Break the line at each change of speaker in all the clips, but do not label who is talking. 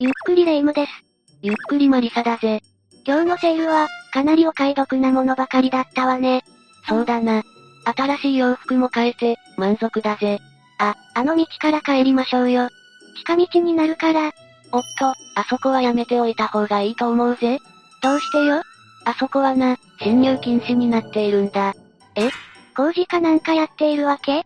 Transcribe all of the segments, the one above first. ゆっくりレ夢ムです。
ゆっくりマリサだぜ。
今日のセールは、かなりお買い得なものばかりだったわね。
そうだな。新しい洋服も買えて、満足だぜ。
あ、あの道から帰りましょうよ。近道になるから、
おっと、あそこはやめておいた方がいいと思うぜ。
どうしてよ
あそこはな、侵入禁止になっているんだ。
工事かなんかやっているわけ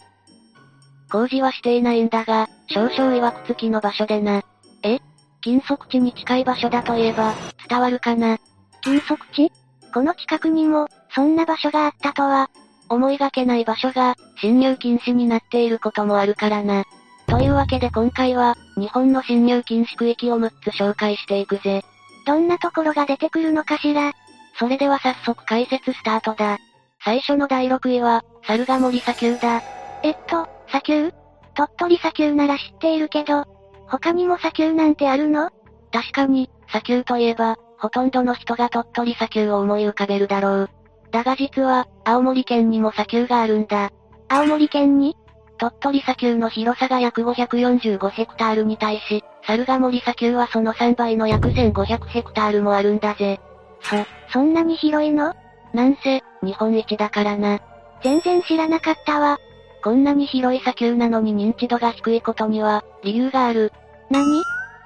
工事はしていないんだが、少々曰くつきの場所でな。え金属地に近い場所だといえば、伝わるかな。
金属地この近くにも、そんな場所があったとは、
思いがけない場所が、侵入禁止になっていることもあるからな。というわけで今回は、日本の侵入禁止区域を6つ紹介していくぜ。
どんなところが出てくるのかしら。
それでは早速解説スタートだ。最初の第6位は、猿ヶ森砂丘だ。
えっと、砂丘鳥取砂丘なら知っているけど、他にも砂丘なんてあるの
確かに、砂丘といえば、ほとんどの人が鳥取砂丘を思い浮かべるだろう。だが実は、青森県にも砂丘があるんだ。
青森県に
鳥取砂丘の広さが約545ヘクタールに対し、猿ヶ森砂丘はその3倍の約1500ヘクタールもあるんだぜ。
そんなに広いの
なんせ、日本一だからな。
全然知らなかったわ。
こんなに広い砂丘なのに認知度が低いことには、理由がある。
何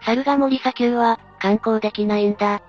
猿ヶ森砂丘は、観光できないんだ。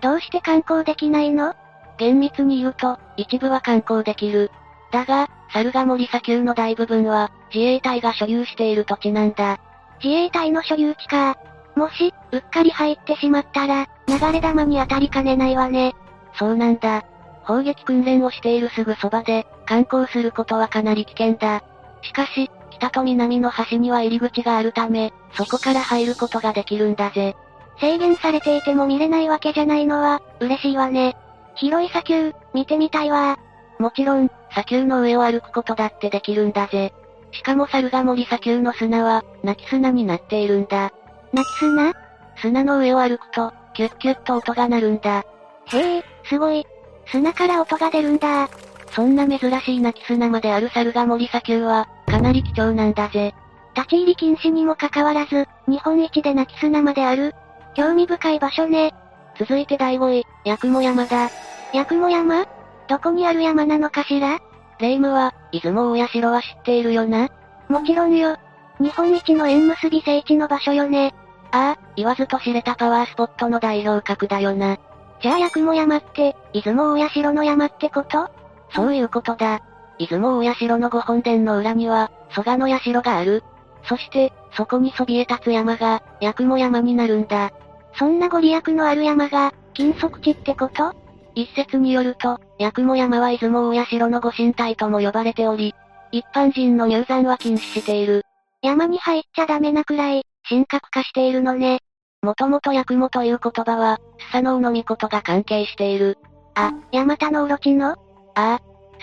どうして観光できないの
厳密に言うと、一部は観光できる。だが、猿ヶ森砂丘の大部分は、自衛隊が所有している土地なんだ。
自衛隊の所有地か。もし、うっかり入ってしまったら、流れ弾に当たりかねないわね。
そうなんだ。砲撃訓練をしているすぐそばで、観光することはかなり危険だ。しかし、北と南の端には入り口があるため、そこから入ることができるんだぜ。
制限されていても見れないわけじゃないのは、嬉しいわね。広い砂丘、見てみたいわ。
もちろん、砂丘の上を歩くことだってできるんだぜ。しかも猿ヶ森砂丘の砂は、泣き砂になっているんだ。
泣き砂
砂の上を歩くと、キュッキュッと音が鳴るんだ。
へえ、すごい。砂から音が出るんだ。
そんな珍しい泣き砂まである猿ヶ森砂丘は、かなり貴重なんだぜ。
立ち入り禁止にもかかわらず、日本一で泣き砂まである。興味深い場所ね。
続いて第5位、八雲山だ。
八雲山どこにある山なのかしら
霊夢は、出雲大社は知っているよな
もちろんよ。日本一の縁結び聖地の場所よね。
ああ、言わずと知れたパワースポットの代表格だよな。
じゃあ八雲山って、出雲大社の山ってこと
そういうことだ。出雲大社の御本殿の裏には、蘇我の社がある。そして、そこにそびえ立つ山が、八雲山になるんだ。
そんなご利益のある山が、金属地ってこと
一説によると、八雲山は出雲大社のご神体とも呼ばれており、一般人の入山は禁止している。
山に入っちゃダメなくらい、神格化しているのね。
もともと八雲という言葉は、スサノオノミコトが関係している。
あ、山田のオロチの
ああ、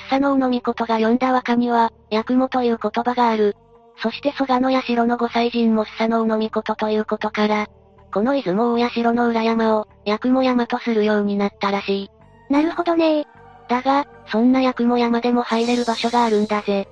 スサノオノミコトが呼んだ和歌には、八雲という言葉がある。そして蘇我の社のご祭神もスサノオノミコトということから、この出雲大社の裏山を、八雲山とするようになったらしい。
なるほどね
だが、そんな八雲山でも入れる場所があるんだぜ。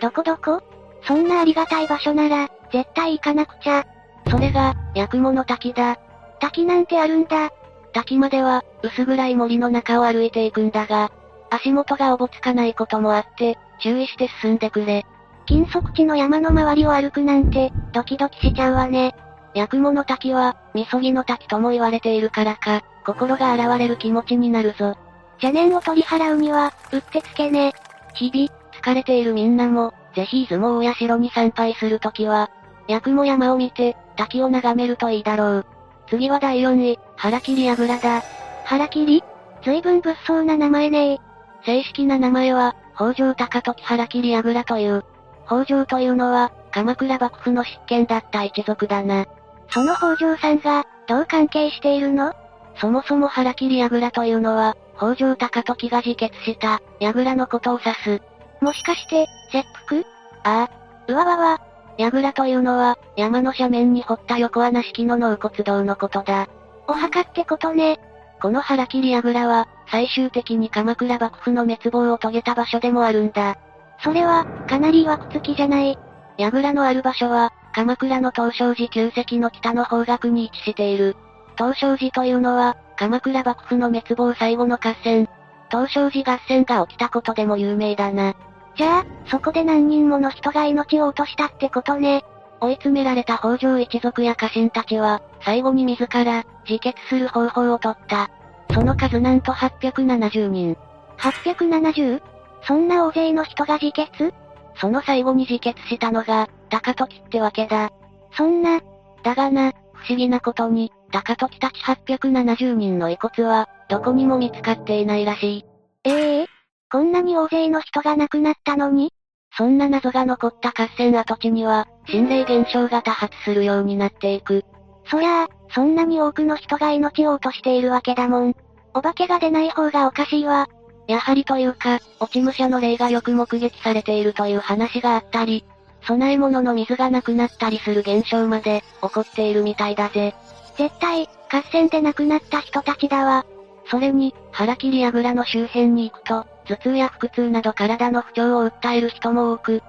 どこどこそんなありがたい場所なら、絶対行かなくちゃ。
それが、八雲の滝だ。
滝なんてあるんだ。
滝までは、薄暗い森の中を歩いていくんだが、足元がおぼつかないこともあって、注意して進んでくれ。
金属地の山の周りを歩くなんて、ドキドキしちゃうわね。
八雲の滝は、みそぎの滝とも言われているからか、心が洗われる気持ちになるぞ。
邪念を取り払うには、うってつけね。
日々、疲れているみんなも、ぜひ出雲大社に参拝するときは、八雲山を見て、滝を眺めるといいだろう。次は第4位、腹切り櫓だ。
腹切りずいぶん物騒な名前ね
正式な名前は、北条高時腹切り櫓という。北条というのは、鎌倉幕府の執権だった一族だな。
その北条さんが、どう関係しているの
そもそも腹切り櫓というのは、北条高時が自決した、櫓のことを指す。
もしかして、切腹
ああ、うわわわ。ヤグラというのは、山の斜面に掘った横穴式の納骨堂のことだ。
お墓ってことね。
この腹切りヤグラは、最終的に鎌倉幕府の滅亡を遂げた場所でもあるんだ。
それは、かなり曰くつきじゃない。
ヤグラのある場所は、鎌倉の東照寺旧跡の北の方角に位置している。東照寺というのは、鎌倉幕府の滅亡最後の合戦、東照寺合戦が起きたことでも有名だな。
じゃあ、そこで何人もの人が命を落としたってことね。
追い詰められた北条一族や家臣たちは、最後に自ら、自決する方法を取った。その数なんと870人。
870? そんな大勢の人が自決
その最後に自決したのが、高時ってわけだ。
そんな、
だがな、不思議なことに、高時たち870人の遺骨は、どこにも見つかっていないらしい。
ええこんなに大勢の人が亡くなったのに
そんな謎が残った合戦跡地には、心霊現象が多発するようになっていく。
そりゃあ、そんなに多くの人が命を落としているわけだもん。お化けが出ない方がおかしいわ。
やはりというか、落ち武者の霊がよく目撃されているという話があったり、供え物の水がなくなったりする現象まで、起こっているみたいだぜ。
絶対、合戦で亡くなった人たちだわ。
それに、腹切りやぐらの周辺に行くと、頭痛や腹痛など体の不調を訴える人も多く、立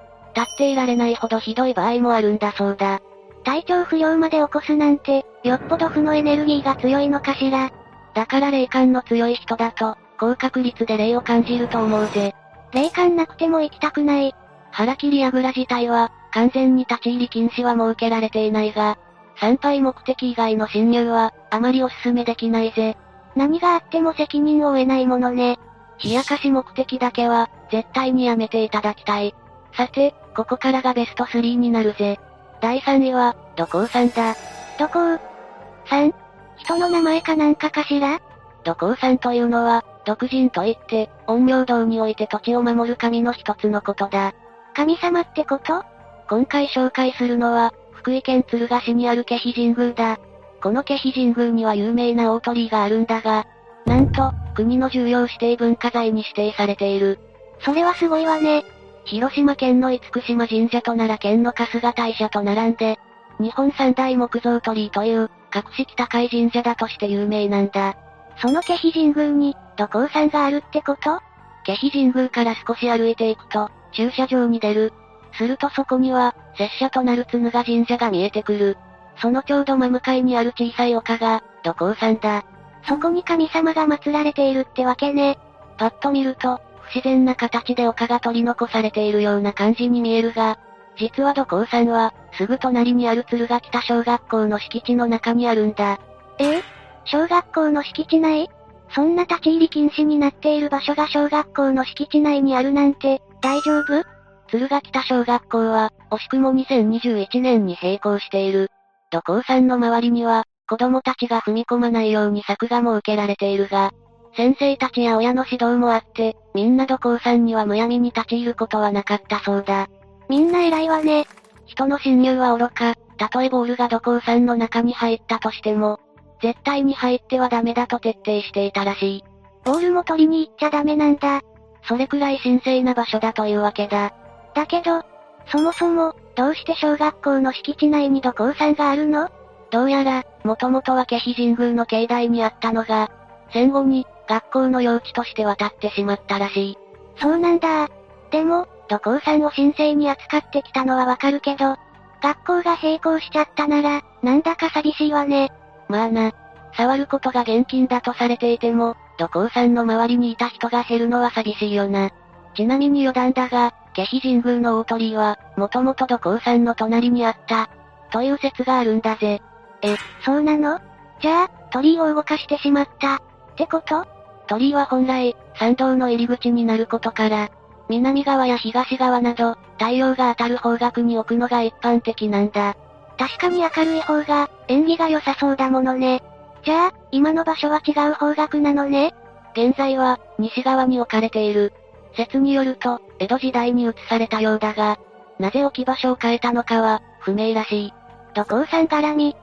っていられないほどひどい場合もあるんだそうだ。
体調不良まで起こすなんて、よっぽど負のエネルギーが強いのかしら。
だから霊感の強い人だと、高確率で霊を感じると思うぜ。
霊感なくても行きたくない。
腹切りやぐら自体は、完全に立ち入り禁止は設けられていないが、参拝目的以外の侵入は、あまりお勧めできないぜ。
何があっても責任を負えないものね。
冷やかし目的だけは、絶対にやめていただきたい。さて、ここからがベスト3になるぜ。第3位は、土工さんだ。
どこう ?3? 人の名前かなんかかしら
土工さんというのは、独人といって、陰陽道において土地を守る神の一つのことだ。
神様ってこと
今回紹介するのは、福井県敦賀市にある気比神宮だ。この気比神宮には有名な大鳥居があるんだが、なんと、国の重要指定文化財に指定されている。
それはすごいわね。
広島県の厳島神社と奈良県の春日大社と並んで、日本三大木造鳥居という、格式高い神社だとして有名なんだ。
その気比神宮に、土工さんがあるってこと
下比神宮から少し歩いていくと、駐車場に出る。するとそこには、拙者となる津賀神社が見えてくる。そのちょうど真向かいにある小さい丘が、土工さんだ。
そこに神様が祀られているってわけね。
パッと見ると、不自然な形で丘が取り残されているような感じに見えるが、実は土工さんは、すぐ隣にある鶴ヶ北小学校の敷地の中にあるんだ。
ええ小学校の敷地内そんな立ち入り禁止になっている場所が小学校の敷地内にあるなんて、大丈夫
鶴ヶ北小学校は、惜しくも2021年に閉校している。土工さんの周りには、子供たちが踏み込まないように策が設けられているが、先生たちや親の指導もあって、みんな土工さんにはむやみに立ち入ることはなかったそうだ。
みんな偉いわね。
人の侵入は愚か、たとえボールが土工さんの中に入ったとしても、絶対に入ってはダメだと徹底していたらしい。
ボールも取りに行っちゃダメなんだ。
それくらい神聖な場所だというわけだ。
だけど、そもそも、どうして小学校の敷地内に土工さんがあるの
どうやら、もともとは気比神宮の境内にあったのが、戦後に、学校の用地として渡ってしまったらしい。
そうなんだ。でも、土工さんを神聖に扱ってきたのはわかるけど、学校が閉校しちゃったなら、なんだか寂しいわね。
まあな、触ることが厳禁だとされていても、土工さんの周りにいた人が減るのは寂しいよな。ちなみに余談だが、気比神宮の大鳥居は、もともと土工さんの隣にあった、という説があるんだぜ。
そうなのじゃあ、鳥居を動かしてしまった。ってこと
鳥居は本来、参道の入り口になることから、南側や東側など、太陽が当たる方角に置くのが一般的なんだ。
確かに明るい方が、縁起が良さそうだものね。じゃあ、今の場所は違う方角なのね。
現在は、西側に置かれている。説によると、江戸時代に移されたようだが、なぜ置き場所を変えたのかは、不明らしい。
土工さん絡み。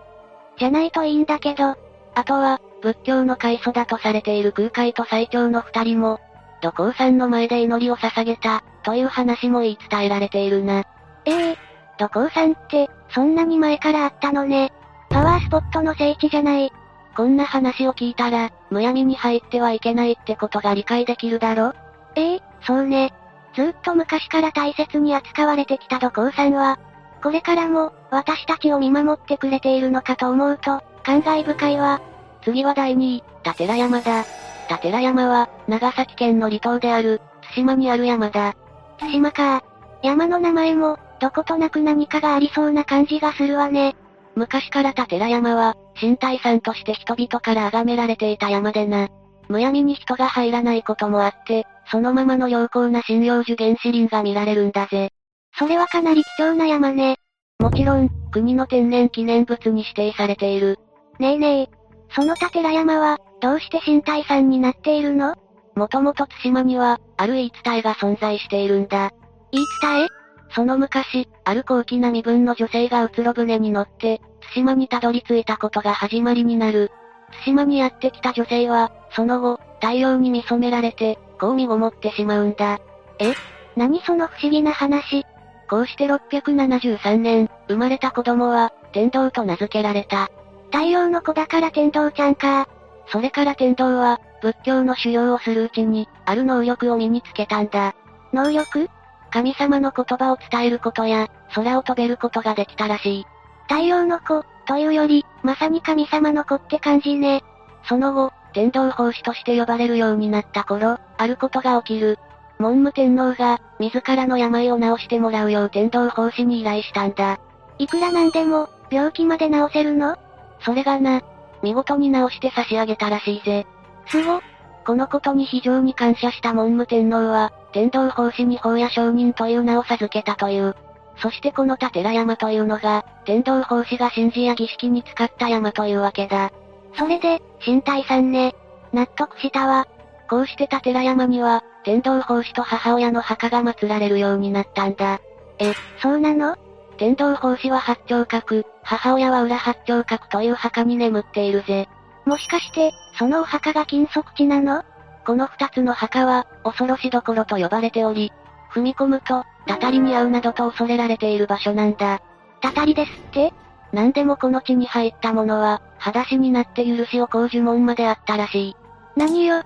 じゃないといいんだけど、
あとは、仏教の開祖だとされている空海と最長の二人も、土工さんの前で祈りを捧げた、という話も言い伝えられているな。
ええ土工さんって、そんなに前からあったのね。パワースポットの聖地じゃない。
こんな話を聞いたら、むやみに入ってはいけないってことが理解できるだろ
ええそうね。ずっと昔から大切に扱われてきた土工さんは、これからも、私たちを見守ってくれているのかと思うと、感慨深いわ。
次は第2位、立良山だ。立良山は、長崎県の離島である、対馬にある山だ。
対馬か。山の名前も、どことなく何かがありそうな感じがするわね。
昔から立良山は、神体山として人々から崇められていた山でな。むやみに人が入らないこともあって、そのままの良好な針葉樹原始林が見られるんだぜ。
それはかなり貴重な山ね。
もちろん、国の天然記念物に指定されている。
ねえねえ。その立山は、どうして新体山になっているの
もともと対馬には、ある言い伝えが存在しているんだ。
言い伝え
その昔、ある高貴な身分の女性がうつろ舟に乗って、対馬にたどり着いたことが始まりになる。対馬にやってきた女性は、その後、太陽に見染められて、こう身ごもってしまうんだ。
え何その不思議な話。
こうして673年、生まれた子供は、天道と名付けられた。
太陽の子だから天道ちゃんか。
それから天道は、仏教の修行をするうちに、ある能力を身につけたんだ。
能力
神様の言葉を伝えることや、空を飛べることができたらしい。
太陽の子、というより、まさに神様の子って感じね。
その後、天道法師として呼ばれるようになった頃、あることが起きる。文武天皇が、自らの病を治してもらうよう天道法師に依頼したんだ。
いくらなんでも、病気まで治せるの
それがな、見事に治して差し上げたらしいぜ。
すご。
このことに非常に感謝した文武天皇は、天道法師に法や商人という名を授けたという。そしてこの立山というのが、天道法師が神事や儀式に使った山というわけだ。
それで、神体さんね。納得したわ。
こうして立山には、天道法師と母親の墓が祀られるようになったんだ。
え、そうなの
天道法師は八丁閣、母親は裏八丁閣という墓に眠っているぜ。
もしかして、そのお墓が金属地なの
この二つの墓は、恐ろしどころと呼ばれており、踏み込むと、たたりに遭うなどと恐れられている場所なんだ。
たたりですって
何でもこの地に入った者は、裸足になって許しをこう呪文まであったらしい。
何よ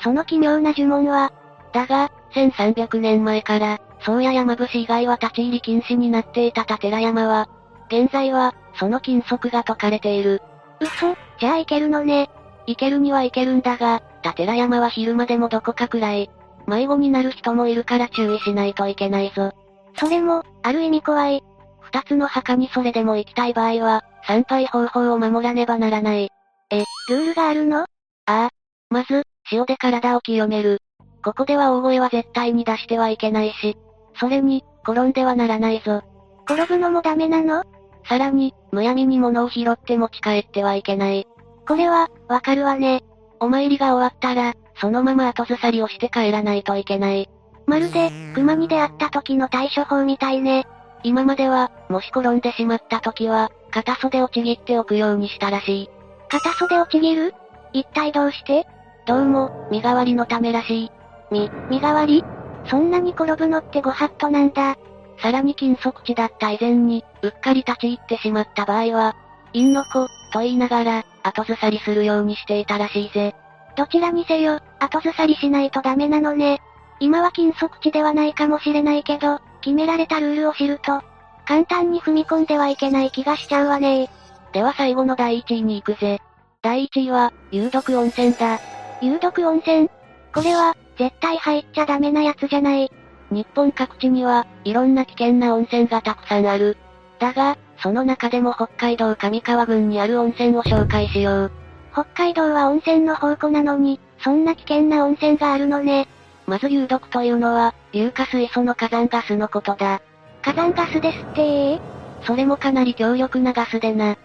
その奇妙な呪文は、
だが、1300年前から、宗谷山伏以外は立ち入り禁止になっていた立山は、現在は、その禁則が解かれている。
嘘、じゃあ行けるのね。
行けるには行けるんだが、立山は昼間でもどこかくらい、迷子になる人もいるから注意しないといけないぞ。
それも、ある意味怖い。
二つの墓にそれでも行きたい場合は、参拝方法を守らねばならない。
え、ルールがあるのあ
あ。まず、塩で体を清める。ここでは大声は絶対に出してはいけないし、それに、転んではならないぞ。
転ぶのもダメなの
さらに、むやみに物を拾って持ち帰ってはいけない。
これは、わかるわね。
お参りが終わったら、そのまま後ずさりをして帰らないといけない。
まるで、熊に出会った時の対処法みたいね。
今までは、もし転んでしまった時は、片袖をちぎっておくようにしたらしい。
片袖をちぎる一体どうして
どうも、身代わりのためらしい。
み、身代わりそんなに転ぶのってご法度なんだ。
さらに金属地だった以前に、うっかり立ち入ってしまった場合は、陰の子、と言いながら、後ずさりするようにしていたらしいぜ。
どちらにせよ、後ずさりしないとダメなのね。今は禁足地ではないかもしれないけど、決められたルールを知ると、簡単に踏み込んではいけない気がしちゃうわね
では最後の第1位に行くぜ。第1位は、有毒温泉だ。
有毒温泉これは、絶対入っちゃダメなやつじゃない。
日本各地には、いろんな危険な温泉がたくさんある。だが、その中でも北海道上川郡にある温泉を紹介しよう。
北海道は温泉の宝庫なのに、そんな危険な温泉があるのね。
まず有毒というのは、硫化水素の火山ガスのことだ。
火山ガスですって
それもかなり強力なガスでな。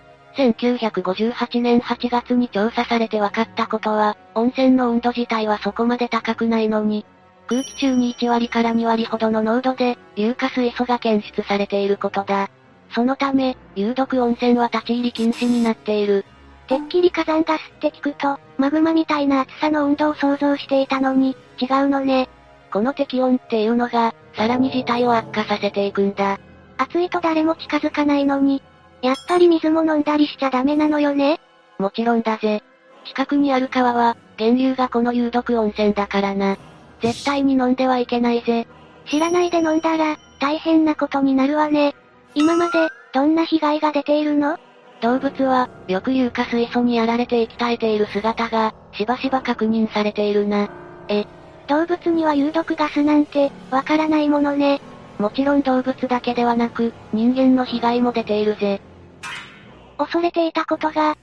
1958年8月に調査されて分かったことは、温泉の温度自体はそこまで高くないのに、空気中に1割から2割ほどの濃度で、硫化水素が検出されていることだ。そのため、有毒温泉は立ち入り禁止になっている。
てっきり火山ガスって聞くと、マグマみたいな暑さの温度を想像していたのに、違うのね。
この適温っていうのが、さらに事態を悪化させていくんだ。
暑いと誰も近づかないのに、やっぱり水も飲んだりしちゃダメなのよね。
もちろんだぜ。近くにある川は、源流がこの有毒温泉だからな。絶対に飲んではいけないぜ。
知らないで飲んだら、大変なことになるわね。今まで、どんな被害が出ているの
動物は、緑硫化水素にやられて液体ている姿が、しばしば確認されているな。
動物には有毒ガスなんて、わからないものね。
もちろん動物だけではなく、人間の被害も出ているぜ。
恐れていたことが、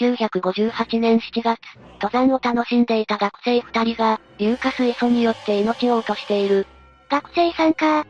1958年7月、登山を楽しんでいた学生2人が、硫化水素によって命を落としている。
学生さんか。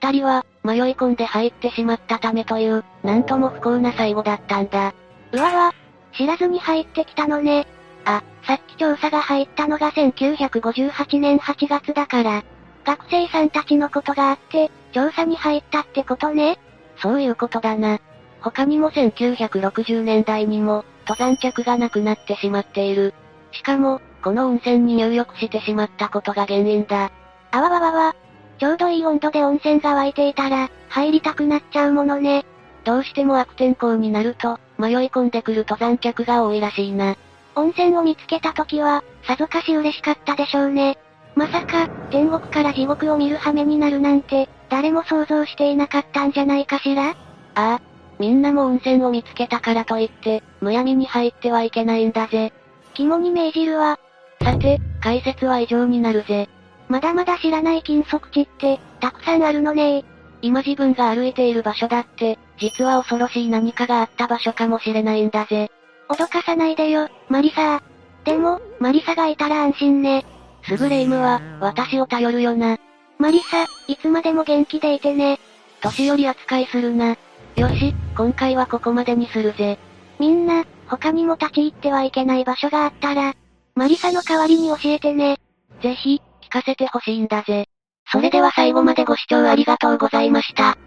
2人は、迷い込んで入ってしまったためという、なんとも不幸な最後だったんだ。
うわわ。知らずに入ってきたのね。あ、さっき調査が入ったのが1958年8月だから。学生さんたちのことがあって、調査に入ったってことね。
そういうことだな。他にも1960年代にも、登山客が亡くなってしまっている。しかも、この温泉に入浴してしまったことが原因だ。
あわわわわ。ちょうどいい温度で温泉が湧いていたら、入りたくなっちゃうものね。
どうしても悪天候になると、迷い込んでくる登山客が多いらしいな。
温泉を見つけた時は、さぞかし嬉しかったでしょうね。まさか、天国から地獄を見る羽目になるなんて、誰も想像していなかったんじゃないかしら
ああ、みんなも温泉を見つけたからといって、むやみに入ってはいけないんだぜ。
肝に銘じるわ。
さて、解説は以上になるぜ。
まだまだ知らない禁足地って、たくさんあるのねー。
今自分が歩いている場所だって、実は恐ろしい何かがあった場所かもしれないんだぜ。
脅かさないでよ、マリサー。でも、マリサがいたら安心ね。
すぐレイムは、私を頼るよな。
マリサ、いつまでも元気でいてね。
年寄り扱いするな。よし、今回はここまでにするぜ。
みんな、他にも立ち入ってはいけない場所があったら、マリサの代わりに教えてね。
ぜひ、聞かせてほしいんだぜ。それでは最後までご視聴ありがとうございました。